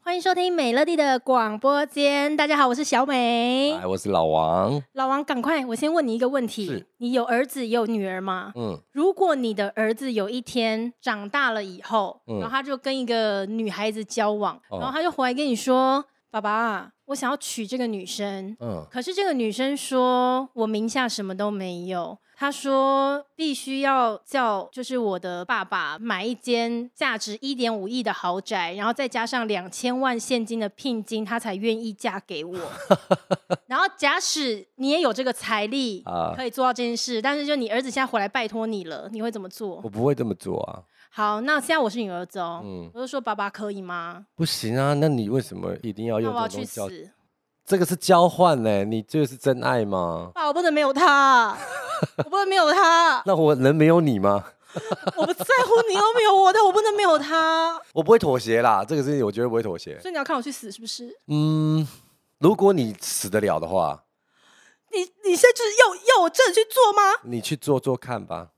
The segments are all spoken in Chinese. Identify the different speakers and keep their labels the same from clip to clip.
Speaker 1: 欢迎收听美乐蒂的广播间，大家好，我是小美
Speaker 2: 哎，。我是老王。
Speaker 1: 老王，赶快，我先问你一个问题
Speaker 2: 是：
Speaker 1: 你有儿子也有女儿吗？
Speaker 2: 嗯，
Speaker 1: 如果你的儿子有一天长大了以后，
Speaker 2: 嗯
Speaker 1: 然后他就跟一个女孩子交往，
Speaker 2: 哦
Speaker 1: 然后他就回来跟你说：“爸爸，我想要娶这个女生。”
Speaker 2: 嗯，
Speaker 1: 可是这个女生说，我名下什么都没有。她说必须要叫，就是我的爸爸买一间价值一点五亿的豪宅，然后再加上两千万现金的聘金，她才愿意嫁给 我。然后假使你也有这个财力
Speaker 2: 啊
Speaker 1: 可以做到这件事，但是就你儿子现在回来拜托你了，你会怎么做
Speaker 2: 我？不会这么做啊。
Speaker 1: 好，那现在我是你儿子哦，
Speaker 2: 嗯，
Speaker 1: 我就说爸爸可以吗？
Speaker 2: 不行啊，那你为什么一定要
Speaker 1: 那
Speaker 2: 用
Speaker 1: 我要
Speaker 2: 这
Speaker 1: 去
Speaker 2: 种东西
Speaker 1: 死，
Speaker 2: 这个是交换呢、你就是真爱吗？
Speaker 1: 爸，我不能没有他， 我不能没有他。
Speaker 2: 那我能没有你吗？
Speaker 1: 我不在乎你有没有我，但我不能没有他。
Speaker 2: 我不会妥协啦，这个事情我绝对不会妥协。
Speaker 1: 所以你要看我去死是不是？
Speaker 2: 嗯，如果你死得了的话，
Speaker 1: 你你现在就是要要我真的去做吗？
Speaker 2: 你去做做看吧。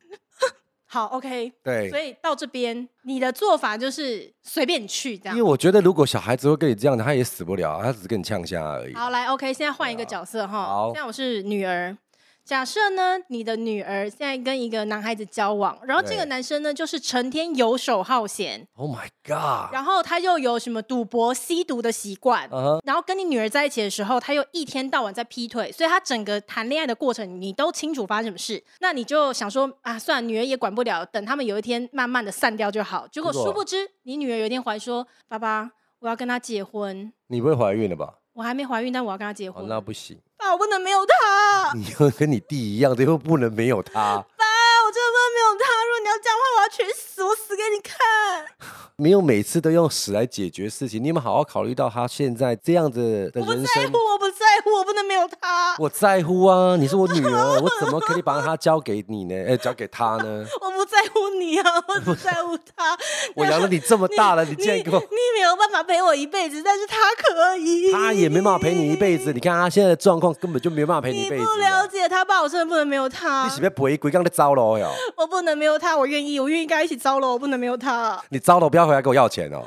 Speaker 1: 好，OK。所
Speaker 2: 对，
Speaker 1: 以到这边，你的做法就是随便你去这样
Speaker 2: 因为。我觉得如果小孩子会跟你这样的，他也死不了啊，他只是跟你呛下而已。
Speaker 1: 好，来，OK，现在换一个角色哈。
Speaker 2: 好
Speaker 1: 现在我是女儿。假设呢，你的女儿现在跟一个男孩子交往，然后这个
Speaker 2: 对
Speaker 1: 男生呢，就是成天游手好闲，
Speaker 2: Oh my god！
Speaker 1: 然后他又有什么赌博、吸毒的习惯，
Speaker 2: 嗯哼
Speaker 1: 然后跟你女儿在一起的时候，他又一天到晚在劈腿，所以他整个谈恋爱的过程你都清楚发生什么事。那你就想说啊，算了，女儿也管不了，等他们有一天慢慢的散掉就好。结果
Speaker 2: 结果
Speaker 1: 殊不知，你女儿有一天怀说：“爸爸，我要跟他结婚，
Speaker 2: 你不会怀孕了吧？
Speaker 1: 我还没怀孕，但我要跟他结
Speaker 2: 哦
Speaker 1: 婚。，
Speaker 2: 那不行，
Speaker 1: 爸，我不能没有他，
Speaker 2: 你又跟你弟一样，这又不能没有他。
Speaker 1: 爸，我真的不能没有他。如果你要这样的话，我要去死，我死给你看。
Speaker 2: 没有每次都用死来解决事情，你有没有好好考虑到他现在这样子的
Speaker 1: 我不
Speaker 2: 人
Speaker 1: 在
Speaker 2: 生
Speaker 1: 乎，？啊我不在乎，我不能没有他，
Speaker 2: 我在乎啊，你是我女儿，我怎么可以把她交给 你呢？哎，交给她呢？
Speaker 1: 我不在乎你啊，我只在乎他。
Speaker 2: 我养了你这么大了，你竟然给我
Speaker 1: 你，没有办法陪我一辈子，但是他可以。
Speaker 2: 她也没办法陪你一辈子。你看她现在的状况，根本就没办法陪你一
Speaker 1: 你
Speaker 2: 辈子
Speaker 1: 不了
Speaker 2: 啊。
Speaker 1: 解啊他吧？我真的不能没有
Speaker 2: 你
Speaker 1: 他
Speaker 2: 是。不是鬼鬼刚在招哦楼哟？
Speaker 1: 我不能没有他，我愿意，我愿意跟他一起糟了，我不能没有他。
Speaker 2: 你招楼不要回来给我要钱哦。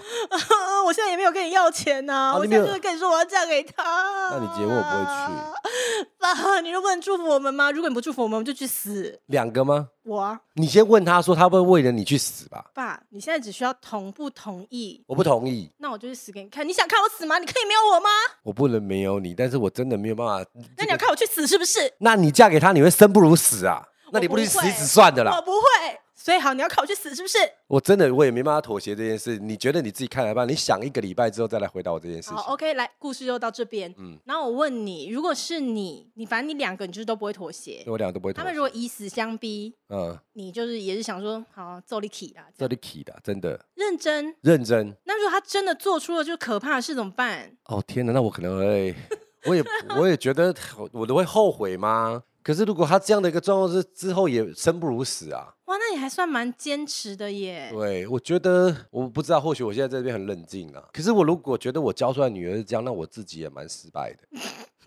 Speaker 1: 我现在也没有跟你要钱呐、
Speaker 2: 啊
Speaker 1: 我
Speaker 2: 你
Speaker 1: 现
Speaker 2: 没
Speaker 1: 在
Speaker 2: 有
Speaker 1: 就是跟你说我要嫁给他。
Speaker 2: 那你结婚我不
Speaker 1: 去。爸，你就不能祝福我们吗？如果你不祝福我们，我们就去死。
Speaker 2: 两个吗？
Speaker 1: 我啊，
Speaker 2: 你先问她说，她会为了你去死吧？
Speaker 1: 爸，你现在只需要同不同意，
Speaker 2: 我不同意，
Speaker 1: 那我就去死给你看。你想看我死吗？你可以没有我吗？
Speaker 2: 我不能没有你，但是我真的没有办法。
Speaker 1: 那你要看我去死是不是？
Speaker 2: 那你嫁给他，你会生不如死啊！那你不如
Speaker 1: 我不
Speaker 2: 死
Speaker 1: 会
Speaker 2: 一死算的
Speaker 1: 我
Speaker 2: 啦。
Speaker 1: 不会。所以好，你要考去死是不是？
Speaker 2: 我真的我也没办法妥协这件事。你觉得你自己看来办？你想一个礼拜之后再来回答我这件事情
Speaker 1: 好。，OK，来，故事就到这边。嗯
Speaker 2: 嗯，
Speaker 1: 然后我问你，如果是你，你反正你两个你就是都不会妥协
Speaker 2: 对，我两个都不会妥
Speaker 1: 他
Speaker 2: 协。
Speaker 1: 们如果以死相逼，
Speaker 2: 嗯，
Speaker 1: 你就是也是想说好揍你起啦，这
Speaker 2: 这
Speaker 1: 样
Speaker 2: 里起的，真的
Speaker 1: 认真。
Speaker 2: 认真。
Speaker 1: 那如果他真的做出了就可怕的事怎么办？
Speaker 2: 哦天哪，那我可能 会，我也我也觉得我都会后悔吗？可是如果他这样的一个状况是之后也生不如死啊。
Speaker 1: 哇，那你还算蛮坚持的耶。
Speaker 2: 对，我觉得我不知道，或许我现在在这边很冷静啊。可是我如果觉得我教出来的女儿是这样，那我自己也蛮失败的。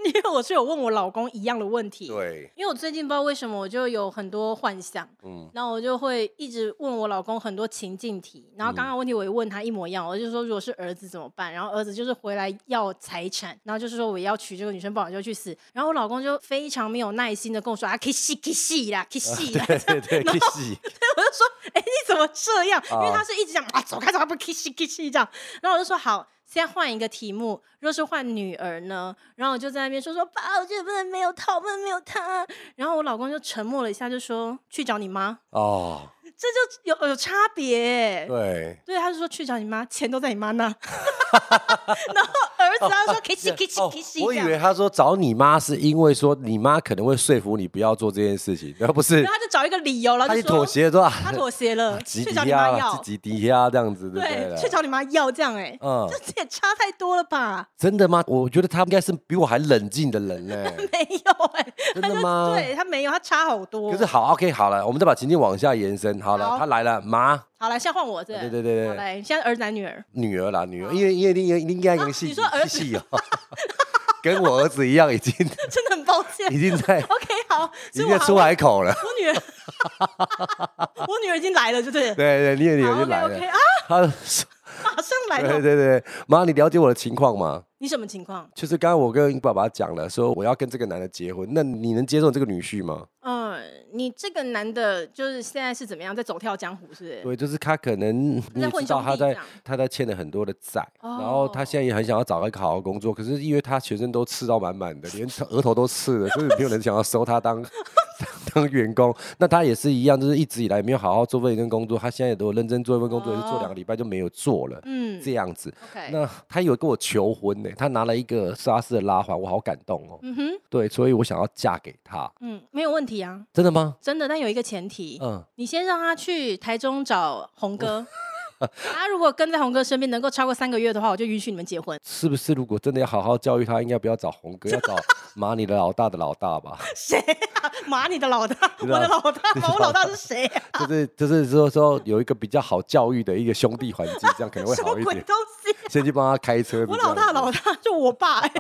Speaker 1: 因为我是有问我老公一样的问题。
Speaker 2: 对，
Speaker 1: 因为我最近不知道为什么我就有很多幻想，
Speaker 2: 嗯
Speaker 1: 然后我就会一直问我老公很多情境题，然后刚刚问题我也问他一模一样，我就说如果是儿子怎么办？然后儿子就是回来要财产，然后就是说我要娶这个女生，不然我就去死。然后我老公就非常没有耐心的跟我说啊，kiss kiss 啦，kiss 啦，
Speaker 2: 对对 对，可惜。
Speaker 1: 啊我就说哎、你怎么这样？因为
Speaker 2: 啊
Speaker 1: 他是一直讲啊，走开走开，不 kiss kiss 这样。然后我就说好。现在换一个题目，若是换女儿呢？然后我就在那边说说爸，我觉得不能没有他，我不能没有他。然后我老公就沉默了一下，就说去找你妈。
Speaker 2: 哦，
Speaker 1: 这就有有差别欸。
Speaker 2: 对。
Speaker 1: 对，他就说去找你妈，钱都在你妈 那。然后儿子啊他说 kiss kiss
Speaker 2: 哦
Speaker 1: kiss，
Speaker 2: 我以为他说找你妈是因为说你妈可能会说服你不要做这件事情，然后不是
Speaker 1: 然，后他就找一个理由了，
Speaker 2: 他
Speaker 1: 就
Speaker 2: 一
Speaker 1: 说
Speaker 2: 妥，协说啊，
Speaker 1: 他妥协了，
Speaker 2: 吉
Speaker 1: 去
Speaker 2: 迪
Speaker 1: 找你妈
Speaker 2: 亚，
Speaker 1: 要
Speaker 2: 自，己迪亚这样子，对不
Speaker 1: 对，去
Speaker 2: 对？
Speaker 1: 找你妈要这样哎，
Speaker 2: 嗯
Speaker 1: 这，这也差太多了吧？
Speaker 2: 真的吗？我觉得他应该是比我还冷静的人呢。
Speaker 1: 没有哎，
Speaker 2: 真
Speaker 1: 他
Speaker 2: 的
Speaker 1: 就
Speaker 2: 吗
Speaker 1: 对他没有，他差好多。
Speaker 2: 嗯可是好，OK，好了，我们再把情境往下延伸。好
Speaker 1: 好
Speaker 2: 了，他来了，妈，
Speaker 1: 好来，现在换我这，
Speaker 2: 对对对对
Speaker 1: 好来，现在儿子男女儿，
Speaker 2: 女儿啦，女儿，因为因为你应该应该
Speaker 1: 啊
Speaker 2: 游戏
Speaker 1: 你说儿子
Speaker 2: 戏哦，跟我儿子一样，已经
Speaker 1: 真的很抱歉
Speaker 2: 已。经 在
Speaker 1: OK，好，
Speaker 2: 已
Speaker 1: 所以
Speaker 2: 经
Speaker 1: 我
Speaker 2: 在
Speaker 1: 还
Speaker 2: 出海口了。
Speaker 1: 我女儿， 我女儿已经来了，就对了。
Speaker 2: 对对，你也有
Speaker 1: 好
Speaker 2: 就来
Speaker 1: OK
Speaker 2: 了
Speaker 1: OK，。啊，
Speaker 2: 他说
Speaker 1: 马上来
Speaker 2: 对
Speaker 1: 了。
Speaker 2: 对对，妈，你了解我的情况吗？
Speaker 1: 你什么情况？
Speaker 2: 就是刚刚我跟爸爸讲了，说我要跟这个男的结婚，那你能接受这个女婿吗？
Speaker 1: 嗯，你这个男的，就是现在是怎么样，在走跳江湖，是不是？
Speaker 2: 对，就是他可能你也
Speaker 1: 混
Speaker 2: 知道
Speaker 1: 兄
Speaker 2: 他
Speaker 1: 弟
Speaker 2: 在
Speaker 1: 这样
Speaker 2: 他在欠了很多的债，然后他现在也很想要找一个好好工作，可是因为他全身都刺到满满 的，连额头都刺了，所以没有人想要收他当 当当员工。那他也是一样，就是一直以来没有好好做一份工作，他现在也都有认真做一份工作，也是做两
Speaker 1: 哦
Speaker 2: 个礼拜就没有做了，
Speaker 1: 嗯
Speaker 2: 这样子。
Speaker 1: ，OK，
Speaker 2: 那他有跟我求婚呢、他拿了一个沙士的拉环，我好感动哦。
Speaker 1: 嗯哼，
Speaker 2: 对，所以我想要嫁给他，
Speaker 1: 嗯，没有问题啊，
Speaker 2: 真的吗？
Speaker 1: 真的。但有一个前提，
Speaker 2: 嗯，
Speaker 1: 你先让他去台中找红 哥。他如果跟在红哥身边能够超过三个月的话，我就允许你们结婚。
Speaker 2: 是不是如果真的要好好教育他，应该不要找 红哥，要找马里的老大的老大吧？
Speaker 1: 谁啊？马你的老大，我
Speaker 2: 知道
Speaker 1: 的老大，我老大是谁 啊？
Speaker 2: 就是就是说说有一个比较好教育的一个兄弟环境，这样可能 会
Speaker 1: 什么
Speaker 2: 好一
Speaker 1: 鬼
Speaker 2: 点。
Speaker 1: 东西？
Speaker 2: 先去帮他开车子
Speaker 1: 我
Speaker 2: 这样子，
Speaker 1: 老大老大就我 爸、欸，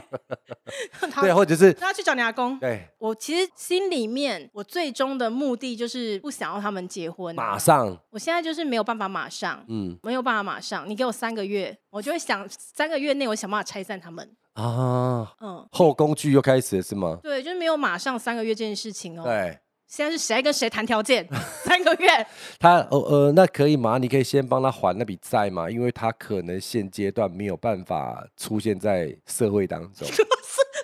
Speaker 1: 他
Speaker 2: 对，或者是哎
Speaker 1: 他去找你阿公。
Speaker 2: 对，
Speaker 1: 我其实心里面，我最终的目的就是不想要他们结婚、啊
Speaker 2: 马，上，
Speaker 1: 我现在就是没有办法马上，
Speaker 2: 嗯
Speaker 1: 没有办法马上。你给我三个月，我就会想三个月内我想办法拆散他们。
Speaker 2: 啊，
Speaker 1: 嗯，
Speaker 2: 后宫剧又开始了是吗？
Speaker 1: 对，就是没有马上三个月这件事情哦。
Speaker 2: 对，
Speaker 1: 现在是谁跟谁谈条 件？三个月，
Speaker 2: 他哦呃，那可以吗？你可以先帮他还那笔债吗？因为他可能现阶段没有办法出现在社会当 中，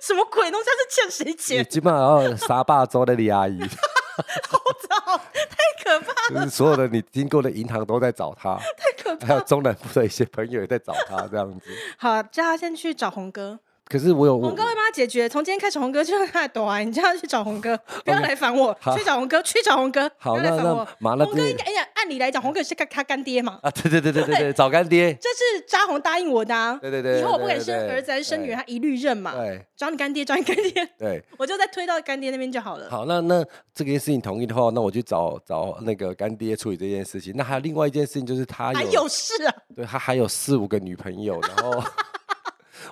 Speaker 1: 什么鬼东西？他是欠谁
Speaker 2: 你
Speaker 1: 钱？
Speaker 2: 基本上要沙坝州的李阿 姨。
Speaker 1: 我操，太可怕，
Speaker 2: 就是所有的你经过的银行都在找他，
Speaker 1: 太可怕。
Speaker 2: 还有中南部的一些朋友也在找他这样子。
Speaker 1: 好，啊叫他先去找红哥，
Speaker 2: 可是我有我
Speaker 1: 红哥会帮他解决。从今天开始，红哥就让他躲啊，你叫他去找红 哥，不要
Speaker 2: OK，
Speaker 1: 来烦我。
Speaker 2: 好
Speaker 1: 去找红哥， 去找红哥，
Speaker 2: 好
Speaker 1: 不要来
Speaker 2: 那
Speaker 1: 烦
Speaker 2: 那
Speaker 1: 我。
Speaker 2: 马那
Speaker 1: 红哥
Speaker 2: 边
Speaker 1: 应该，哎呀，按理来讲，红哥是他他干爹嘛。
Speaker 2: 啊，对对对对对对，找干爹，
Speaker 1: 这是扎红答应我的、啊，
Speaker 2: 对对对
Speaker 1: 以后我
Speaker 2: 对
Speaker 1: 不管
Speaker 2: 对
Speaker 1: 生
Speaker 2: 对
Speaker 1: 儿子还是生女儿，
Speaker 2: 对
Speaker 1: 他一律认嘛。
Speaker 2: 对
Speaker 1: 找你干爹， 找你干爹，
Speaker 2: 对。
Speaker 1: 我就再推到干爹那边就好了。
Speaker 2: 好，那那这件事情同意的话，那我去找找那个干爹处理这件事情。那还有另外一件事情就是他
Speaker 1: 还
Speaker 2: 有，
Speaker 1: 有事啊？
Speaker 2: 对他还有四五个女朋友，然 后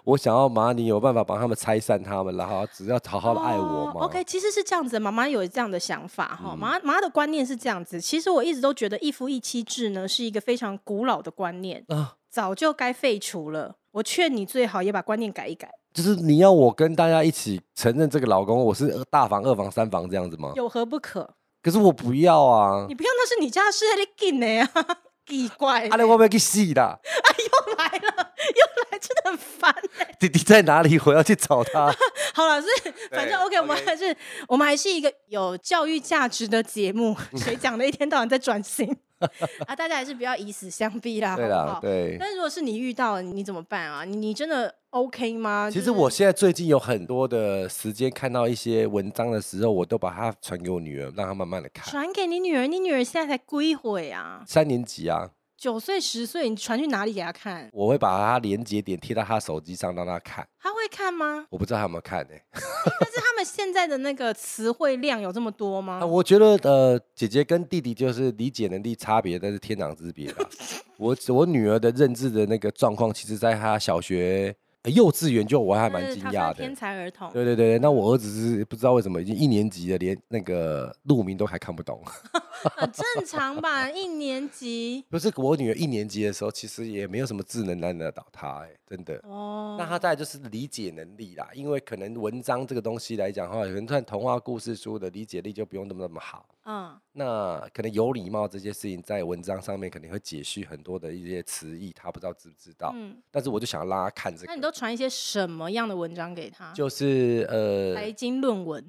Speaker 2: 我想要马尼有办法帮他们拆散他们，然后只要好好的爱我嗯嘛。
Speaker 1: 哦 OK，其实是这样子，妈妈有这样的想法哈。妈妈的观念是这样子，其实我一直都觉得一夫一妻制呢是一个非常古老的观念，
Speaker 2: 啊，
Speaker 1: 早就该废除了。我劝你最好也把观念改一改，
Speaker 2: 就是你要我跟大家一起承认这个老公我是大房、二房、三房这样子吗？
Speaker 1: 有何不可？
Speaker 2: 可是我不要啊
Speaker 1: 你，不要那是你家的事，你紧的呀，奇怪，
Speaker 2: 阿嘞啊我要去死啦！
Speaker 1: 又来了，又来，真的很烦欸、
Speaker 2: 弟弟在哪里？我要去找 他。
Speaker 1: 好了，所以反正 OK，我们
Speaker 2: OK
Speaker 1: 还是我们还是一个有教育价值的节目。
Speaker 2: 嗯
Speaker 1: 谁讲的一天到晚在转 型啊？大家还是不要以死相逼啦，好
Speaker 2: 对
Speaker 1: 不
Speaker 2: 啦
Speaker 1: 好，？
Speaker 2: 对。
Speaker 1: 但如果是你遇到了，你怎么办啊？你你真的 OK 吗？
Speaker 2: 其
Speaker 1: 就
Speaker 2: 实
Speaker 1: 是
Speaker 2: 我现在最近有很多的时间看到一些文章的时候，我都把它传给我女儿，让她慢慢的看。
Speaker 1: 传给你女儿，你女儿现在才归回啊，
Speaker 2: 三年级啊，
Speaker 1: 九岁十岁，你传去哪里给她看？
Speaker 2: 我会把她连接点贴到她手机上让她看。
Speaker 1: 她会看 吗？
Speaker 2: 我不知道她有没有看欸呢、
Speaker 1: 但是他们现在的那个词汇量有这么多吗
Speaker 2: 啊，？我觉得呃，姐姐跟弟弟就是理解能力差别，但是天壤之别 啦我我女儿的认知的那个状况，其实在她小学、呃幼稚园就我还蛮
Speaker 1: 就是
Speaker 2: 惊
Speaker 1: 嗯她
Speaker 2: 讶
Speaker 1: 算
Speaker 2: 的。
Speaker 1: 天才儿童。
Speaker 2: 对对对，那我儿子是不知道为什么已经一年级了，连那个路名都还看不懂。
Speaker 1: 很正常吧？一年 级
Speaker 2: 不是我女儿一年级的时候，其实也没有什么智能难得倒她、哎，真的。
Speaker 1: 哦。
Speaker 2: 那她再来就是理解能力啦，因为可能文章这个东西来讲的话，可能看童话故事书的理解力就不用那么那么好。
Speaker 1: 嗯，
Speaker 2: 那可能有礼貌这些事情，在文章上面可能会解释很多的一些词义，她不知道知不知道。
Speaker 1: 嗯
Speaker 2: 但是我就想让她看这
Speaker 1: 那你
Speaker 2: 个，
Speaker 1: 都传一些什么样的文章给他？
Speaker 2: 就是呃啊
Speaker 1: 财，经论文，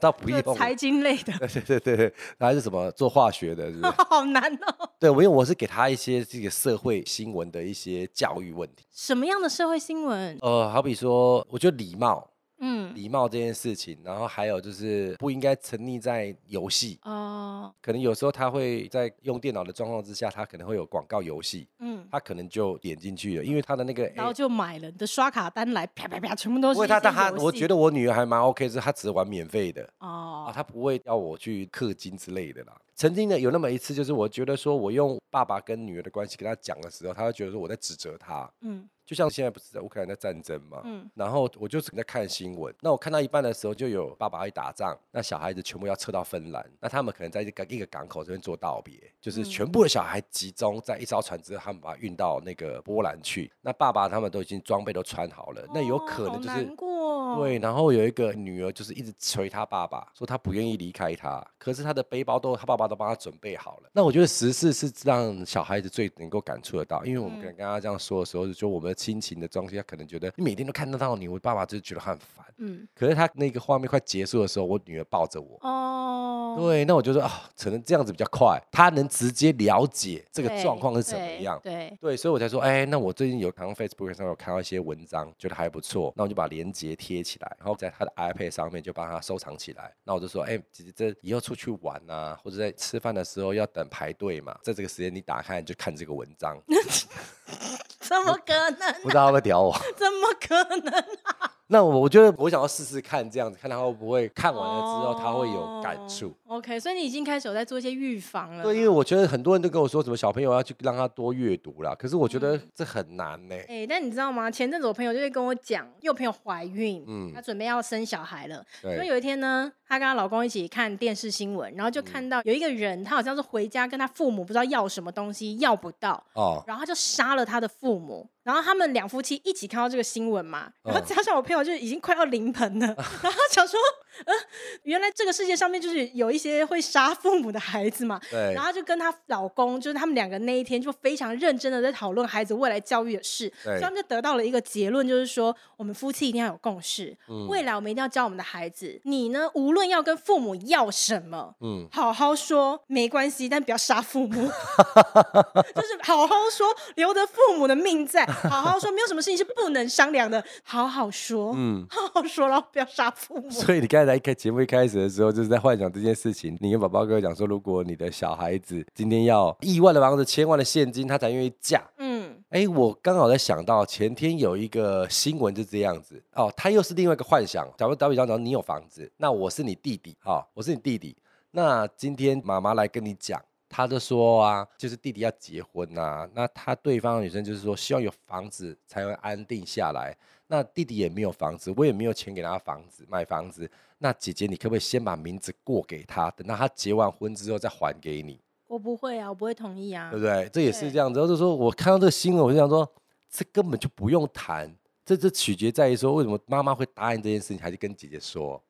Speaker 2: 倒不
Speaker 1: 就
Speaker 2: 用。
Speaker 1: 财经类 的，
Speaker 2: 对对对对对，还是什么做化学的，是不是？
Speaker 1: 好难哦。
Speaker 2: 对，我因为我是给他一些这个社会新闻的一些教育问题，
Speaker 1: 什么样的社会新闻？
Speaker 2: 呃，好比说，我觉得礼貌，
Speaker 1: 嗯，
Speaker 2: 礼貌这件事情，然后还有就是不应该沉溺在游戏，
Speaker 1: 哦，
Speaker 2: 可能有时候他会在用电脑的状况之下，他可能会有广告游戏，
Speaker 1: 嗯，
Speaker 2: 他可能就点进去了，因为他的那个，
Speaker 1: 然后就买了，你的刷卡单来，啪啪啪，全部都
Speaker 2: 因
Speaker 1: 是一
Speaker 2: 为
Speaker 1: 些游
Speaker 2: 他
Speaker 1: 戏。
Speaker 2: 但他我觉得我女儿还蛮 OK，是她只玩免费的。啊，
Speaker 1: 哦，
Speaker 2: 他不会要我去氪金之类的啦。曾经呢，有那么一次，就是我觉得说我用爸爸跟女儿的关系跟他讲的时候，他会觉得说我在指责他，
Speaker 1: 嗯，
Speaker 2: 就像现在不是在乌克兰在战争嘛，
Speaker 1: 嗯
Speaker 2: 然后我就是在看新闻，那我看到一半的时候，就有爸爸要去打仗，那小孩子全部要撤到芬兰，那他们可能在一个一个港口这边做道别，
Speaker 1: 嗯
Speaker 2: 就是全部的小孩集中在一艘船之后，他们把它运到那个波兰去。那爸爸他们都已经装备都穿好了，那有可
Speaker 1: 哦好
Speaker 2: 能就是、
Speaker 1: 难过，，
Speaker 2: 对，然后有一个女儿就是一直捶她爸爸，说她不愿意离开他，可是她的背包都她爸爸都帮她准备好了。那我觉得时事是让小孩子最能够感触得到，因为我
Speaker 1: 嗯
Speaker 2: 们可能跟他这样说的时候，就我们的亲情的东西，他可能觉得你每天都看得到你，我爸爸就觉得他很烦。
Speaker 1: 嗯，
Speaker 2: 可是他那个画面快结束的时候，我女儿抱着我。
Speaker 1: 哦，
Speaker 2: 对，那我觉得啊，可能这样子比较快，她能直接了解这
Speaker 1: 对，
Speaker 2: 个状况是怎么样。
Speaker 1: 对，
Speaker 2: 对，所以我才说，哎，那我最近有看到 Facebook 上有看到一些文章，觉得还不错，那我就把链接贴起来，然后在他的 iPad 上面就帮他收藏起来。那我就说，哎，姐姐，这以后出去玩啊，或者在吃饭的时候要等排队嘛，在这个时间你打开你就看这个文章，
Speaker 1: 怎么可能？
Speaker 2: 不知道他会屌 我。
Speaker 1: 怎么可能？
Speaker 2: 那我我觉得我想要试试看这样子，看他会不会看完了之后他会有感触。
Speaker 1: 哦。OK，所以你已经开始有在做一些预防了。
Speaker 2: 对，因为我觉得很多人都跟我说，什么小朋友要去让他多阅读啦，可是我觉得
Speaker 1: 嗯
Speaker 2: 这很难呢、嗯
Speaker 1: 哎、但你知道吗？前阵子我朋友就会跟我讲，因为我朋友怀孕，
Speaker 2: 嗯
Speaker 1: 她准备要生小孩了。所以
Speaker 2: 对，
Speaker 1: 有一天呢，她跟她老公一起看电视新闻，然后
Speaker 2: 嗯
Speaker 1: 就看到有一个人，他好像是回家跟他父母不知道要什么东西，要不到，
Speaker 2: 哦，
Speaker 1: 然后他就杀了他的父母。然后他们两夫妻一起看到这个新闻嘛，然后
Speaker 2: 嗯
Speaker 1: 加上我朋友就已经快要临盆 了，然后他想说，呃，原来这个世界上面就是有一些会杀父母的孩子嘛，
Speaker 2: 对
Speaker 1: 然，后她就跟她老公，就是他们两个那一天就非常认真的在讨论孩子未来教育的事，所以
Speaker 2: 对
Speaker 1: 他们就得到了一个结论，就是说我们夫妻一定要有共识，
Speaker 2: 嗯
Speaker 1: 未来我们一定要教我们的孩子，你呢，无论要跟父母要什么。
Speaker 2: 嗯。
Speaker 1: 好好说没关系，但不要杀父 母。就是好好说，留得父母的命 在。好好说，没有什么事情是不能商量的。好好说，
Speaker 2: 嗯
Speaker 1: 好好说，然后不要杀父母。
Speaker 2: 所以你刚才在开节目一开始的时候，就是在幻想这件事情。你跟宝宝哥讲说，如果你的小孩子今天要亿万的房子、千万的现金，他才愿意嫁。
Speaker 1: 嗯，
Speaker 2: 哎，我刚好在想到前天有一个新闻就这样子哦，他又是另外一个幻想。假如打比方讲，你有房子，那我是你弟弟啊、哦，我是你弟弟。那今天妈妈来跟你讲，她就说啊，就是弟弟要结婚呐、那她对方的女生就是说，希望有房子才会安定下来。那弟弟也没有房子，我也没有钱给他房子买房子。那姐姐，你可不可以先把名字过给他，等到他结完婚之后再还给你？
Speaker 1: 我不会啊，我不会同意啊
Speaker 2: 对。不对？这也是
Speaker 1: 对
Speaker 2: 这样子。然后就说我看到这个新闻，我就想说，这根本就不用谈，这这取决在于说，为什么妈妈会答应这件事情，还是跟姐姐说？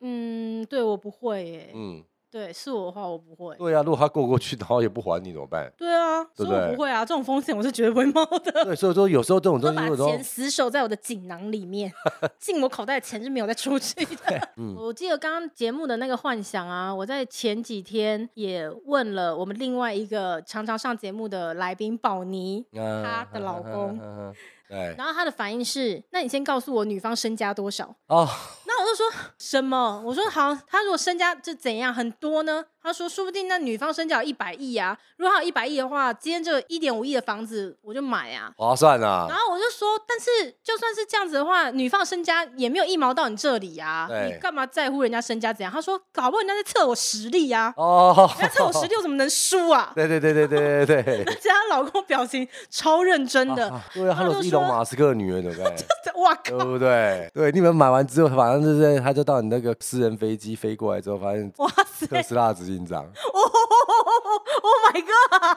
Speaker 1: 嗯，对我不会耶。
Speaker 2: 嗯，
Speaker 1: 对，是我的话我不会。？
Speaker 2: 对啊，如果她过过去，然后也不还你怎么办
Speaker 1: 对啊，所
Speaker 2: 对
Speaker 1: 以
Speaker 2: 不
Speaker 1: 我
Speaker 2: 对
Speaker 1: 不会啊，这种风险我是绝对不会冒的。
Speaker 2: 对，所以说有时候这种
Speaker 1: 我
Speaker 2: 东西，
Speaker 1: 把
Speaker 2: 有时候
Speaker 1: 钱 死守在我的锦囊里面，进我口袋的钱是没有再出去的。
Speaker 2: 嗯
Speaker 1: 我记得刚刚节目的那个幻想啊，我在前几天也问了我们另外一个常常上节目的来宾宝妮，她的 老公，
Speaker 2: 嗯对，
Speaker 1: 然后她的反应是：那你先告诉我女方身家多少？
Speaker 2: 哦，
Speaker 1: 那我就说什么？我说好，他如果身家就怎样很多呢？他说说不定那女方身家有一百亿啊，如果他有一百亿的话，今天这一点五亿的房子我就买啊。
Speaker 2: 划算
Speaker 1: 然
Speaker 2: 啊，
Speaker 1: 后我就说，但是就算是这样子的话，女方身家也没有一毛到你这里啊，
Speaker 2: 对
Speaker 1: 你干嘛在乎人家身家怎样？他说，搞不好人家在测我实力啊，
Speaker 2: 哦，
Speaker 1: 人家测我实力，我怎么能输啊？
Speaker 2: 对对对对对对 对，
Speaker 1: 而且她老公表情超认真的，
Speaker 2: 啊 对啊，
Speaker 1: 他
Speaker 2: 她如
Speaker 1: 就
Speaker 2: 果是伊隆
Speaker 1: 说
Speaker 2: 马斯克的女儿怎么办？
Speaker 1: 哇靠！
Speaker 2: 对不对？对，你们买完之后，反正就是他就到你那个私人飞机飞过来之后，发现
Speaker 1: 哇塞
Speaker 2: 特斯拉执行
Speaker 1: 哦
Speaker 2: 长，
Speaker 1: 哦哦，Oh my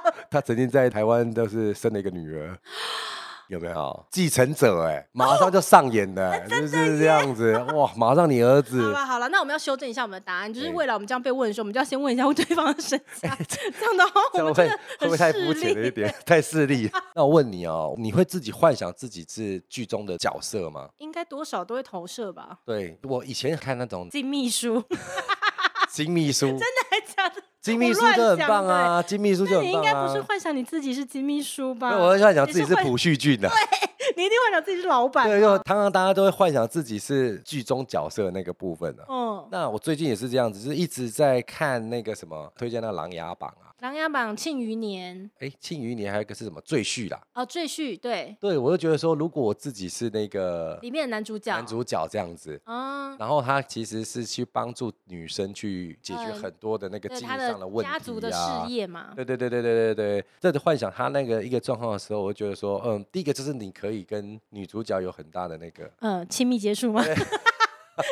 Speaker 1: god！
Speaker 2: 他曾经在台湾都是生了一个女儿，有没有？继承者哎、马上就上演
Speaker 1: 哦
Speaker 2: 的、哎就是这样子哇！马上你儿
Speaker 1: 好
Speaker 2: 子，
Speaker 1: 了好了，那我们要修正一下我们的答案，就是
Speaker 2: 对
Speaker 1: 未来我们这样被问的时候，我们就要先问一下对方的身 家，这样的话
Speaker 2: 这
Speaker 1: 我
Speaker 2: 样
Speaker 1: 们真
Speaker 2: 会会
Speaker 1: 的
Speaker 2: 不
Speaker 1: 很
Speaker 2: 会太肤
Speaker 1: 势
Speaker 2: 浅了
Speaker 1: 利
Speaker 2: 一点，太势利？那我问你哦，你会自己幻想自己是剧中的角色吗？
Speaker 1: 应该多少都会投射吧。
Speaker 2: 对我以前看那种
Speaker 1: 进秘书，
Speaker 2: 金秘书，真的
Speaker 1: 还假啊的？
Speaker 2: 金
Speaker 1: 我
Speaker 2: 秘书
Speaker 1: 乱
Speaker 2: 就很
Speaker 1: 讲
Speaker 2: 棒
Speaker 1: 的
Speaker 2: 啊，金秘书就
Speaker 1: 那你应
Speaker 2: 很棒
Speaker 1: 该不是
Speaker 2: 啊。
Speaker 1: 幻想你自己是金秘书吧？
Speaker 2: 那我会幻想自己
Speaker 1: 你
Speaker 2: 是
Speaker 1: 是幻
Speaker 2: 朴叙俊的、啊，
Speaker 1: 你一定幻想自己是老板。
Speaker 2: 对，就常常大家都会幻想自己是剧中角色的那个部分啊。
Speaker 1: 嗯，
Speaker 2: 那我最近也是这样子，就是一直在看那个什么推荐那《琅琊榜》啊，
Speaker 1: 琅琊榜》《庆余年》
Speaker 2: 哎，庆余年还有一个是什么赘婿啦？
Speaker 1: 哦，《赘婿》对，
Speaker 2: 对我就觉得说，如果我自己是那个
Speaker 1: 里面的男主角，
Speaker 2: 男主角这样子，
Speaker 1: 啊，
Speaker 2: 然后他其实是去帮助女生去解决
Speaker 1: 嗯
Speaker 2: 很多的那个
Speaker 1: 对
Speaker 2: 经
Speaker 1: 他
Speaker 2: 营上问题、啊、
Speaker 1: 家族的事业嘛，
Speaker 2: 对对对对对对对，在幻想他那个一个状况的时候，我就觉得说，嗯，第一个就是你可以跟女主角有很大的那个，
Speaker 1: 嗯，亲密结束吗？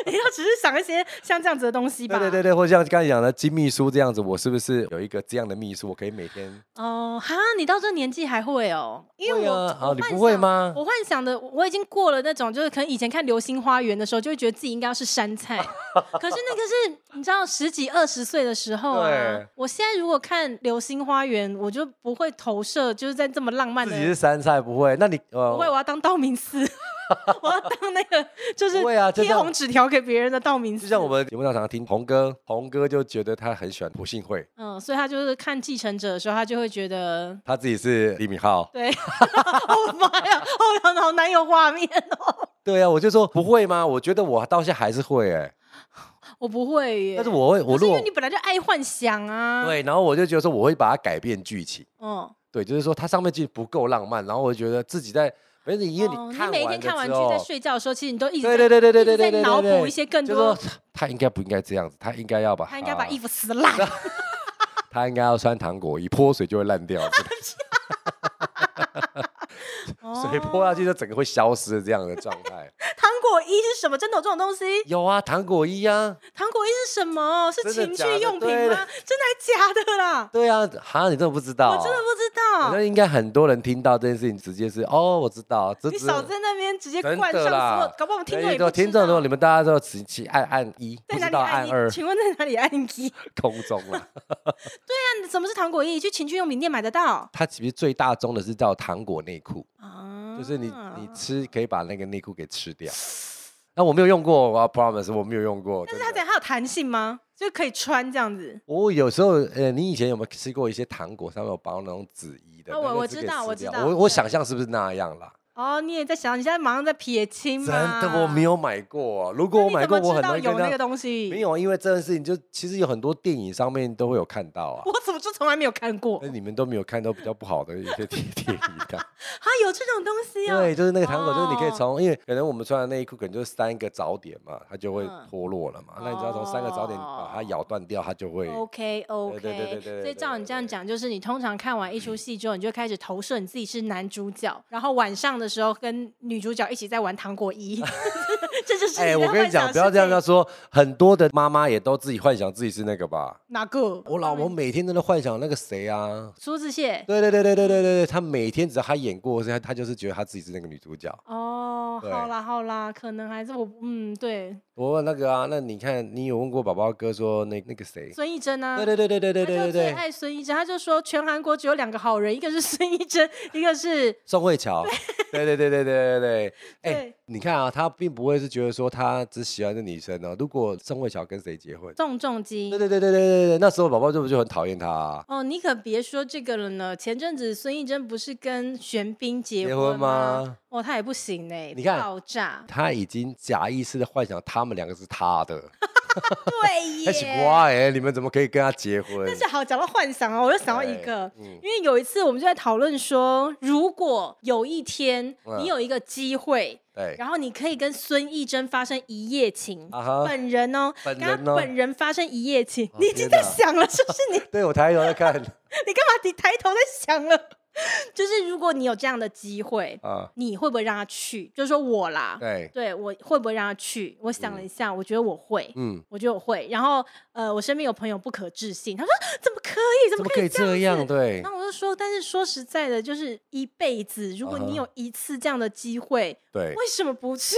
Speaker 1: 你要只是想一些像这样子的东西吧？
Speaker 2: 对对对对，或者像刚才讲的金秘书这样子，我是不是有一个这样的秘书，我可以每天？
Speaker 1: 哦，哈，你到这年纪还会哦？因
Speaker 2: 会
Speaker 1: 为我、
Speaker 2: 啊啊
Speaker 1: 我
Speaker 2: 你
Speaker 1: 幻
Speaker 2: 不会
Speaker 1: 想
Speaker 2: 吗
Speaker 1: 我幻想的我已经过了那种，就是可能以前看《流星花园》的时候，就会觉得自己应该要是山 菜，可是那个是你知道十几二十岁的时候啊
Speaker 2: 对。
Speaker 1: 我现在如果看《流星花园》，我就不会投射，就是在这么浪漫
Speaker 2: 自
Speaker 1: 的
Speaker 2: 己。是山菜不会，那你呃，
Speaker 1: 不会，我要当道明 寺，我要当那个就是
Speaker 2: 不会啊就
Speaker 1: 贴
Speaker 2: 像
Speaker 1: 红纸条给别人的道明寺。
Speaker 2: 就 像我们节目上常常听红哥，红哥就觉得他很喜欢朴信惠，
Speaker 1: 嗯，所以他就是看《继承者》的时候，他就会觉得，
Speaker 2: 他自己是李敏镐。
Speaker 1: 对， 哦妈呀，好好难有画面哦。
Speaker 2: 对啊，我就说不会吗？我觉得我到现在还是会哎、
Speaker 1: 我不会耶，
Speaker 2: 但是我会，我
Speaker 1: 可是
Speaker 2: 如
Speaker 1: 因
Speaker 2: 果
Speaker 1: 为你本来就爱幻想啊。，
Speaker 2: 对，然后我就觉得说我会把它改变剧情，
Speaker 1: 嗯，
Speaker 2: 对，就是说它上面剧不够浪漫，然后我就觉得自己在，反正因为
Speaker 1: 哦
Speaker 2: 你
Speaker 1: 你
Speaker 2: 看
Speaker 1: 每一天
Speaker 2: 完
Speaker 1: 看
Speaker 2: 了
Speaker 1: 完
Speaker 2: 之
Speaker 1: 剧
Speaker 2: 后，
Speaker 1: 在睡觉的时候，其实你都一直
Speaker 2: 对
Speaker 1: 在
Speaker 2: 对对对对对
Speaker 1: 一直在
Speaker 2: 对对，
Speaker 1: 脑
Speaker 2: 对
Speaker 1: 补一些更
Speaker 2: 就
Speaker 1: 多
Speaker 2: 说。他应该不应该这样子，他应该要把，
Speaker 1: 他应该把
Speaker 2: 啊
Speaker 1: 衣服撕烂。
Speaker 2: 他应该要穿糖果衣，泼水就会烂 掉，水泼下去就整个会消失的这样的状态。
Speaker 1: 哦糖果衣是什么？真的有这种东西？
Speaker 2: 有啊，糖果衣啊，
Speaker 1: 糖果衣是什么？是
Speaker 2: 真的
Speaker 1: 情
Speaker 2: 假的
Speaker 1: 趣用品
Speaker 2: 对
Speaker 1: 吗？真的还假的啦？
Speaker 2: 对啊，哈，你真的不知道、
Speaker 1: 我真的不知
Speaker 2: 好
Speaker 1: 道。
Speaker 2: 像应该很多人听到这件事情，直接是哦，我知道，这
Speaker 1: 你
Speaker 2: 只
Speaker 1: 少在那边直接
Speaker 2: 真
Speaker 1: 灌上
Speaker 2: 的
Speaker 1: 所有
Speaker 2: 啦，，
Speaker 1: 搞不好我们听众
Speaker 2: 所以
Speaker 1: 也
Speaker 2: 说
Speaker 1: 不
Speaker 2: 听
Speaker 1: 知
Speaker 2: 众如果
Speaker 1: 道。
Speaker 2: 你们大家都只去按按一，
Speaker 1: 在
Speaker 2: 不
Speaker 1: 哪
Speaker 2: 知
Speaker 1: 里
Speaker 2: 道
Speaker 1: 按
Speaker 2: 按
Speaker 1: 一？
Speaker 2: 二，
Speaker 1: 请问在哪里按一？
Speaker 2: 空中 了。
Speaker 1: 那什么是糖果衣？去情趣用品店买得到
Speaker 2: 它其实最大宗的是叫糖果内裤，
Speaker 1: 啊
Speaker 2: 就是你你吃可以把那个内裤给吃掉。那我没有用过，我要 promise 我没有用过。
Speaker 1: 但是
Speaker 2: 真
Speaker 1: 它怎
Speaker 2: 的
Speaker 1: 样？它有弹性吗？就可以穿这样子？
Speaker 2: 我有时候，呃，你以前有没有吃过一些糖果上面有包那种纸衣的？
Speaker 1: 啊我
Speaker 2: 那个
Speaker 1: 我
Speaker 2: 是
Speaker 1: 知
Speaker 2: 可以
Speaker 1: 道我
Speaker 2: 撕
Speaker 1: 知
Speaker 2: 掉
Speaker 1: 道
Speaker 2: 我我
Speaker 1: 对
Speaker 2: 想象是不是那样啦？
Speaker 1: 哦，你也在想，你现在马上在撇清
Speaker 2: 真
Speaker 1: 吗？
Speaker 2: 的我没有买过，啊如果
Speaker 1: 那
Speaker 2: 我
Speaker 1: 你
Speaker 2: 买
Speaker 1: 怎
Speaker 2: 过，
Speaker 1: 么
Speaker 2: 我
Speaker 1: 知
Speaker 2: 很
Speaker 1: 道
Speaker 2: 容易跟
Speaker 1: 有那
Speaker 2: 他
Speaker 1: 个东西。
Speaker 2: 没有，因为这件事情就其实有很多电影上面都会有看到啊，
Speaker 1: 我怎么就从来没有看过
Speaker 2: 那？你们都没有看到比较不好的一些电电影 看。
Speaker 1: 啊，有这种东西啊？
Speaker 2: 对，就是那个糖果，就是你可以
Speaker 1: 哦
Speaker 2: 从，因为可能我们穿的内裤可能就是三个早点嘛，它就会
Speaker 1: 嗯
Speaker 2: 脱落了嘛。那你只要从三个早点把它咬断掉，它就会。
Speaker 1: OK OK，
Speaker 2: 对对对对对
Speaker 1: 所以
Speaker 2: 对
Speaker 1: 照你这样
Speaker 2: 对对
Speaker 1: 讲，就是你通常看完一出戏之后，你就开始投射你自己是男主角，然后晚上的时候跟女主角一起在玩糖果 衣，这就是
Speaker 2: 哎，
Speaker 1: 的
Speaker 2: 我跟你
Speaker 1: 幻想
Speaker 2: 讲，不要这样
Speaker 1: 世界
Speaker 2: 要说，很多的妈妈也都自己幻想自己是那个吧。
Speaker 1: 哪个？
Speaker 2: 我老婆每天都在幻想那个谁啊，
Speaker 1: 苏志燮
Speaker 2: 对对对对对对对，她每天只要她演过，她她就是觉得她自己是那个女主角。
Speaker 1: 哦，
Speaker 2: 对
Speaker 1: 好啦好啦，可能还是我嗯对，
Speaker 2: 我问那个啊，那你看，你有问过宝宝哥说那那个谁？
Speaker 1: 孙艺珍啊，
Speaker 2: 对对对对对
Speaker 1: 他
Speaker 2: 对对对
Speaker 1: 就最
Speaker 2: 对，
Speaker 1: 爱孙艺珍，他就说全韩国只有两个好人，一个是孙艺珍，一个是
Speaker 2: 宋慧乔，对对对对对对对，哎、
Speaker 1: 对
Speaker 2: 你看啊，他并不会是觉得说他只喜欢这女生哦。如果宋慧乔跟谁结婚，
Speaker 1: 宋仲基
Speaker 2: 对。对对对对对对，那时候宝宝就不就很讨厌他、啊。
Speaker 1: 哦，你可别说这个了呢。前阵子孙艺珍不是跟玄彬结
Speaker 2: 结
Speaker 1: 婚
Speaker 2: 婚吗？
Speaker 1: 哦，他也不行呢，
Speaker 2: 你看，
Speaker 1: 爆炸
Speaker 2: 他已经假意识的幻想他们两个是他的，
Speaker 1: 对
Speaker 2: 那奇
Speaker 1: 耶。
Speaker 2: 怪哎，你们怎么可以跟他结婚？
Speaker 1: 但是好，讲到幻想哦，我又想到一
Speaker 2: 对
Speaker 1: 个，
Speaker 2: 嗯
Speaker 1: 因为有一次我们就在讨论说，如果有一天
Speaker 2: 嗯
Speaker 1: 你有一个机会，
Speaker 2: 对，
Speaker 1: 然后你可以跟孙艺珍发生一夜情，
Speaker 2: 啊哈，
Speaker 1: 本人哦，
Speaker 2: 本
Speaker 1: 跟他
Speaker 2: 人哦
Speaker 1: 本人发生一夜情，
Speaker 2: 哦
Speaker 1: 你已经
Speaker 2: 天
Speaker 1: 在
Speaker 2: 哪
Speaker 1: 想了，是不 是你？
Speaker 2: 对我抬头在看
Speaker 1: 你干嘛？你抬头在想了？ 就是如果你有这样的机会，
Speaker 2: 啊，
Speaker 1: 你会不会让他去？就是说我啦，
Speaker 2: 对，
Speaker 1: 对我会不会让他去？我想了一下，我觉得我会。
Speaker 2: 嗯，
Speaker 1: 我觉得我会，然后呃，我身边有朋友不可置信，他说啊怎么可以，怎么
Speaker 2: 怎么
Speaker 1: 可
Speaker 2: 可
Speaker 1: 以
Speaker 2: 以
Speaker 1: 这
Speaker 2: 这
Speaker 1: 样子
Speaker 2: 样？对
Speaker 1: 然后我就说，但是说实在的，就是一辈子，如果
Speaker 2: 啊哈
Speaker 1: 你有一次这样的机会，
Speaker 2: 对
Speaker 1: 为什么不去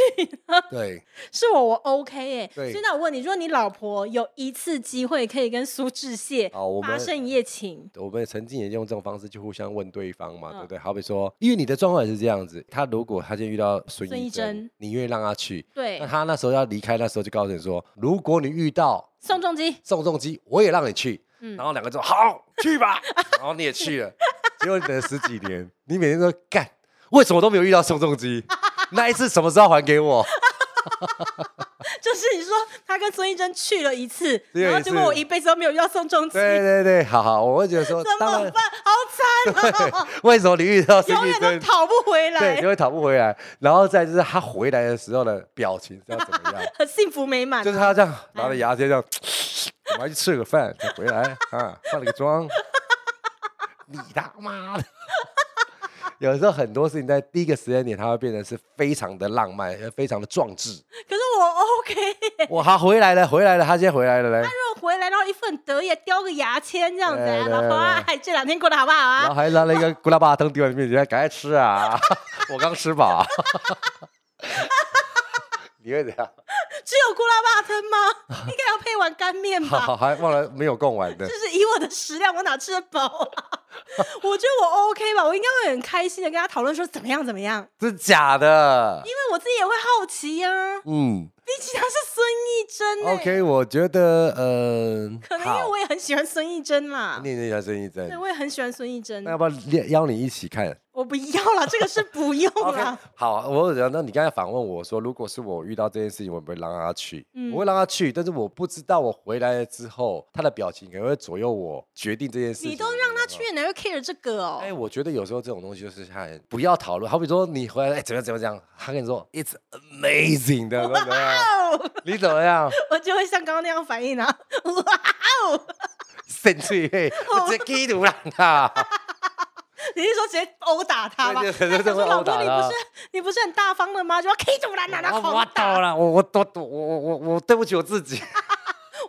Speaker 1: 呢？
Speaker 2: 对，
Speaker 1: 是我，我 OK 哎、所
Speaker 2: 对
Speaker 1: 以那我问你，如果你老婆有一次机会可以跟苏志燮
Speaker 2: 好，我
Speaker 1: 发
Speaker 2: 们
Speaker 1: 生一夜情，
Speaker 2: 我们曾经也用这种方式去互相问对方嘛，
Speaker 1: 嗯
Speaker 2: 对不对？好比说，因为你的状况也是这样子，他如果他今天遇到孙
Speaker 1: 孙艺
Speaker 2: 艺
Speaker 1: 珍
Speaker 2: 珍，你愿意让他去，
Speaker 1: 对
Speaker 2: 那，他那时候要离开，那时候就告诉你说，如果你遇到
Speaker 1: 宋仲基，
Speaker 2: 宋仲基，我也让你去。
Speaker 1: 嗯
Speaker 2: 然后两个就好 去吧，然后你也去了，结果你等了十几年，你每天都干，为什么都没有遇到宋仲基？那一次什么时候还给我？
Speaker 1: 就是你说他跟孙艺珍去了一次，
Speaker 2: 只有
Speaker 1: 然后
Speaker 2: 一
Speaker 1: 结果
Speaker 2: 次
Speaker 1: 我一辈子都没有遇到宋仲基，
Speaker 2: 对
Speaker 1: 怎
Speaker 2: 对对，好好，我会觉得 说，当
Speaker 1: 么
Speaker 2: 然
Speaker 1: 办，？好惨啊！
Speaker 2: 为什么你遇到孙
Speaker 1: 永
Speaker 2: 艺
Speaker 1: 远都
Speaker 2: 珍，
Speaker 1: 讨不回
Speaker 2: 对，
Speaker 1: 来
Speaker 2: 就，会讨不回来。然后再就是他回来的时候的表情是要怎么样？
Speaker 1: 很幸福美满
Speaker 2: 就
Speaker 1: 啊。
Speaker 2: 是他这样拿着牙签这样，我要去吃个饭才回来啊，化了个妆， 你他妈的！有时候很多事情在第一个时间点，它会变得是非常的浪漫，呃非常的壮志。
Speaker 1: 可是我 OK，如
Speaker 2: 哇，他回来了，回来了，他先回来了嘞。
Speaker 1: 果回来然后一份得意，叼个牙签这样子啊，
Speaker 2: 对对
Speaker 1: 老婆啊，哎这两天过得好不好
Speaker 2: 然后
Speaker 1: 啊？
Speaker 2: 还拿了一个咕啦巴汤丢在你面前，赶快吃啊！我刚吃饱。你啊会怎样？
Speaker 1: 只有咕啦巴吞吗？ 应该要配碗干面
Speaker 2: 好
Speaker 1: 吧？
Speaker 2: 好，还忘了没有供完的
Speaker 1: 就。是以我的食量，我哪吃得饱啊？ 我觉得我 OK 吧，我应该会很开心的跟他讨论说怎么样怎么样，
Speaker 2: 真假的？
Speaker 1: 因为我自己也会好奇呀、
Speaker 2: 嗯
Speaker 1: 毕竟他是孙艺珍、欸、
Speaker 2: ，OK，我觉得，嗯、
Speaker 1: 可能因为
Speaker 2: 好
Speaker 1: 我也很喜欢孙艺珍啦，
Speaker 2: 念念一下孙艺珍
Speaker 1: 对，，我啊也很喜欢孙艺珍
Speaker 2: 那，要不要邀邀你一起看
Speaker 1: 我不要啦，这个是不用
Speaker 2: ？OK，
Speaker 1: 啦。
Speaker 2: 好，我有讲到你刚才反问我说，如果是我遇到这件事情，我会不会让他去？
Speaker 1: 嗯
Speaker 2: 我会让他去，但是我不知道我回来了之后，他的表情可能会左右我决定这件事情。
Speaker 1: 你都让他去，哪会 care 这个哦
Speaker 2: 哎、？我觉得有时候这种东西就是看不要讨论，好比说你回来，哎、怎么样怎么样怎么样，他跟你说 it's amazing 的，怎么 样？
Speaker 1: 哦，
Speaker 2: 你怎么样？
Speaker 1: 我就会像刚刚那样反应啊！ 哇哦，
Speaker 2: 生气嘿，我直接踢毒烂他。
Speaker 1: 你是说直接殴打他吗？
Speaker 2: 对
Speaker 1: 他
Speaker 2: 对可能
Speaker 1: 想
Speaker 2: 真
Speaker 1: 说
Speaker 2: 的会
Speaker 1: 老
Speaker 2: 殴
Speaker 1: 婆，
Speaker 2: 打
Speaker 1: 你
Speaker 2: 他啊
Speaker 1: 不是你不是很大方的吗？就要 K 住男男的
Speaker 2: 哦我
Speaker 1: 狂
Speaker 2: 我
Speaker 1: 打
Speaker 2: 懂，了，我我我我我我我对不起我自己。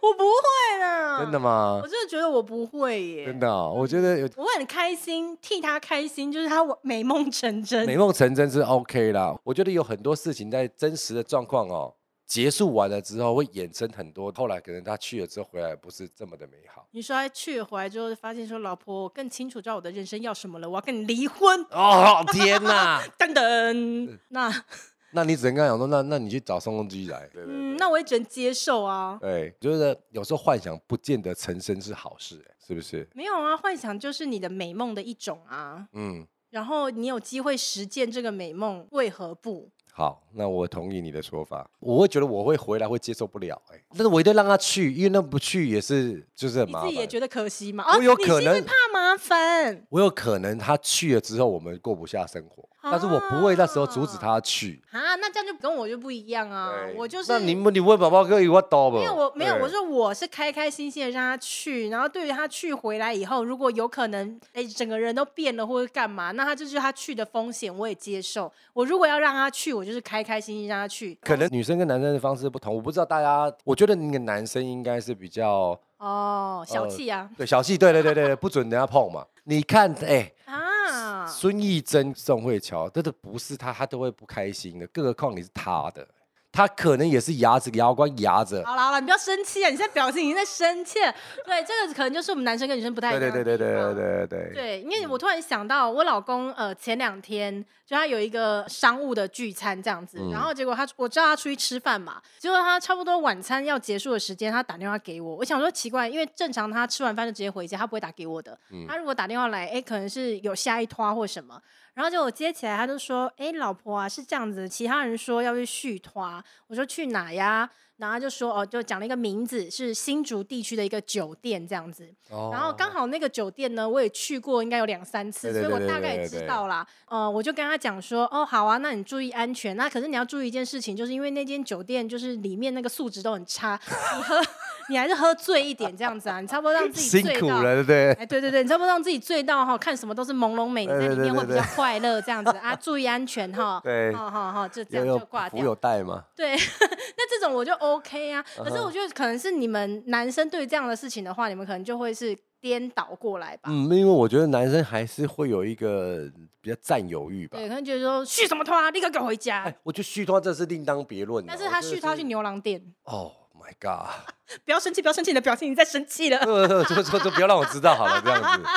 Speaker 1: 我不会啦，
Speaker 2: 真的，吗
Speaker 1: 嗯我？真的觉得我不会耶
Speaker 2: 真。的哦、我觉得有
Speaker 1: 我很开心，替他开心，就是他美梦成真。
Speaker 2: 美梦成真是 OK 啦。我觉得有很多事情在真实的状况哦，结束完了之后会衍生很多，后来可能他去了之后回来不是这么的美好。
Speaker 1: 你说他去了回来之后，发现说老婆，我更清楚知道我的人生要什么了，我要跟你离婚。
Speaker 2: 哦天哪！
Speaker 1: 等等，那
Speaker 2: 那你只能跟他讲说，那那你去找宋仲基来。对对
Speaker 1: 嗯，那我也只能接受啊。
Speaker 2: 对，就是有时候幻想不见得成真是好事、哎是不是？
Speaker 1: 没有啊，幻想就是你的美梦的一种啊。
Speaker 2: 嗯，
Speaker 1: 然后你有机会实践这个美梦，为何不？
Speaker 2: 好，那我同意你的说法，我会觉得我会回来会接受不了、哎，但是我一定让他去，因为那不去也是就是很
Speaker 1: 你
Speaker 2: 麻
Speaker 1: 自
Speaker 2: 烦。
Speaker 1: 己也觉得可惜吗？啊，
Speaker 2: 我有
Speaker 1: 你
Speaker 2: 可
Speaker 1: 是因为
Speaker 2: 能
Speaker 1: 怕麻烦。
Speaker 2: 我有可能他去了之后，我们过不下生活，但是我不会那时候阻止他去。
Speaker 1: 啊，那这样就跟我就不一样啊！我就是
Speaker 2: 那你们你问宝宝可以我懂不？
Speaker 1: 没有我没有，
Speaker 2: 对
Speaker 1: 我说我是开开心心的让他去，然后对于他去回来以后，如果有可能，哎，整个人都变了或者干嘛，那他就是他去的风险我也接受。我如果要让他去，我就是开开心心让他去。
Speaker 2: 可能女生跟男生的方式不同，我不知道大家，我觉得那个男生应该是比较
Speaker 1: 哦，小
Speaker 2: 呃
Speaker 1: 气啊、
Speaker 2: 对小气，对对对对对，不准人家碰嘛。你看，哎、
Speaker 1: 啊！
Speaker 2: 孙艺珍、宋慧乔，真的不是他，他都会不开心的，更何况你是他的，他可能也是牙齿牙关牙着。
Speaker 1: 好了好了，你不要生气啊！你现在表情已经在生气了。对，这个可能就是我们男生跟女生不太一
Speaker 2: 对
Speaker 1: 样的
Speaker 2: 对
Speaker 1: 地
Speaker 2: 对
Speaker 1: 方。
Speaker 2: 对对对对对。
Speaker 1: 对，因为我突然想到，我老公呃前两天就他有一个商务的聚餐这样子，然后结果他我叫他出去吃饭嘛，结果他差不多晚餐要结束的时间，他打电话给我，我想说奇怪，因为正常他吃完饭就直接回家，他不会打给我的。他如果打电话来，哎，可能是有下一拖或什么，然后结果我接起来，他就说：“哎，老婆啊，是这样子，其他人说要去续团，我说去哪呀？”然后他就说：“哦，就讲了一个名字，是新竹地区的一个酒店这样子。”
Speaker 2: 然
Speaker 1: 然后刚好那个酒店呢，我也去过，应该有两三次，
Speaker 2: 对对
Speaker 1: 所以
Speaker 2: 对
Speaker 1: 我
Speaker 2: 对
Speaker 1: 大
Speaker 2: 对
Speaker 1: 概
Speaker 2: 对
Speaker 1: 也知
Speaker 2: 对
Speaker 1: 道啦。呃，我就跟他讲说，哦，好啊，那你注意安全。那可是你要注意一件事情，就是因为那间酒店就是里面那个素质都很差，你 喝你还是喝醉一点这样子啊，你差不多让自己
Speaker 2: 辛
Speaker 1: 醉
Speaker 2: 苦
Speaker 1: 到。
Speaker 2: 了，对不对？
Speaker 1: 哎，对对对，你差不多让自己醉到哈，看什么都是朦胧美，你在
Speaker 2: 对
Speaker 1: 里
Speaker 2: 对
Speaker 1: 面
Speaker 2: 对
Speaker 1: 会比
Speaker 2: 对
Speaker 1: 较
Speaker 2: 对
Speaker 1: 快乐这样子 啊，注意安全哈。
Speaker 2: 对
Speaker 1: 好好好，哦就这
Speaker 2: 有
Speaker 1: 样就
Speaker 2: 有
Speaker 1: 挂
Speaker 2: 福
Speaker 1: 掉。
Speaker 2: 有带吗？
Speaker 1: 对，那这种我就 OK 啊。
Speaker 2: 嗯
Speaker 1: 可是我觉得可能是你们男生对这样的事情的话，你们可能就会是颠倒过来吧。
Speaker 2: 嗯，因为我觉得男生还是会有一个比较占有欲吧。
Speaker 1: 对，可能觉得说续什么拖啊，立刻给我回家。
Speaker 2: 哎，哦我觉得续托这是另当别论的。
Speaker 1: 但是
Speaker 2: 我
Speaker 1: 他
Speaker 2: 觉
Speaker 1: 续
Speaker 2: 得
Speaker 1: 他
Speaker 2: 是
Speaker 1: 去。牛郎店，
Speaker 2: Oh my god！
Speaker 1: 不要生气，不要生气，你的表情已经在生气了。
Speaker 2: 呃就就就不要让我知道好了，这样子。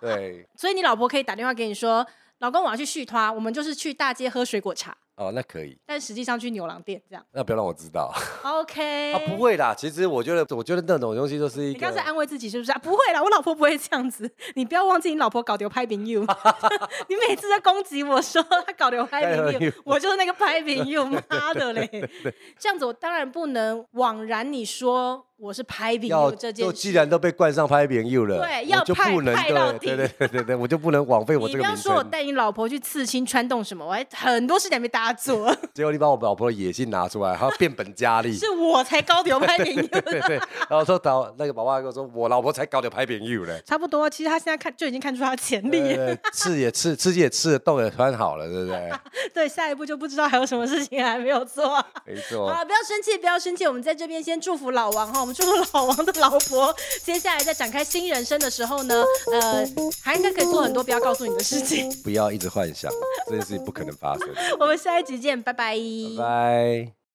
Speaker 2: 对，
Speaker 1: 所以你老婆可以打电话给你说，老公我要去续拖，我们就是去大街喝水果茶。
Speaker 2: 哦，那可以，
Speaker 1: 但实际上去牛郎店这样。
Speaker 2: 那不要让我知道
Speaker 1: OK，、
Speaker 2: 啊，不。会啦。其实我觉得，我觉得那种东西就是一
Speaker 1: 你
Speaker 2: 个，
Speaker 1: 刚才安慰自己是不是、啊？不会啦，我老婆不会这样子。 你不要忘记你老婆搞丢拍饼 you，你 每次在攻击我说她搞丢拍
Speaker 2: 搞
Speaker 1: 饼
Speaker 2: 丢
Speaker 1: you，
Speaker 2: you
Speaker 1: 我就是那个拍饼 you，妈的嘞！这样子我当然不能枉然你说我是拍饼
Speaker 2: 要
Speaker 1: you 这件
Speaker 2: 就
Speaker 1: 事。
Speaker 2: 既然都被冠上拍饼 you 了，
Speaker 1: 对
Speaker 2: 我
Speaker 1: 要
Speaker 2: 就
Speaker 1: 派
Speaker 2: 不能
Speaker 1: 派到
Speaker 2: 对对
Speaker 1: 底
Speaker 2: 对对对对，我就不能枉费我
Speaker 1: 你
Speaker 2: 这
Speaker 1: 不
Speaker 2: 个
Speaker 1: 要
Speaker 2: 名
Speaker 1: 说我
Speaker 2: 称。
Speaker 1: 带你老婆去刺青、穿洞什么，我还很多事情还没大家 做，
Speaker 2: 结果你把我老婆的野性拿出来，还要变本加厉。
Speaker 1: 是我才高流拍饼 you
Speaker 2: 对对，然后说导那个宝爸跟我说，我老婆才搞点拍扁 you 嘞。
Speaker 1: 差不多，其实他现在看就已经看出他的潜力了。
Speaker 2: 对，刺也刺，刺也刺，洞也穿好了，对不对？
Speaker 1: 对，下一步就不知道还有什么事情还没有做。啊
Speaker 2: 没
Speaker 1: 好
Speaker 2: 错。
Speaker 1: 了，不要生气，不要生气。我们在这边先祝福老王哈，我们祝福老王的老婆，接下来在展开新人生的时候呢，呃，还应该可以做很多不要告诉你的事情。
Speaker 2: 不要一直幻想，这件事情不可能发生。
Speaker 1: 我们下一集见，拜拜
Speaker 2: 拜拜。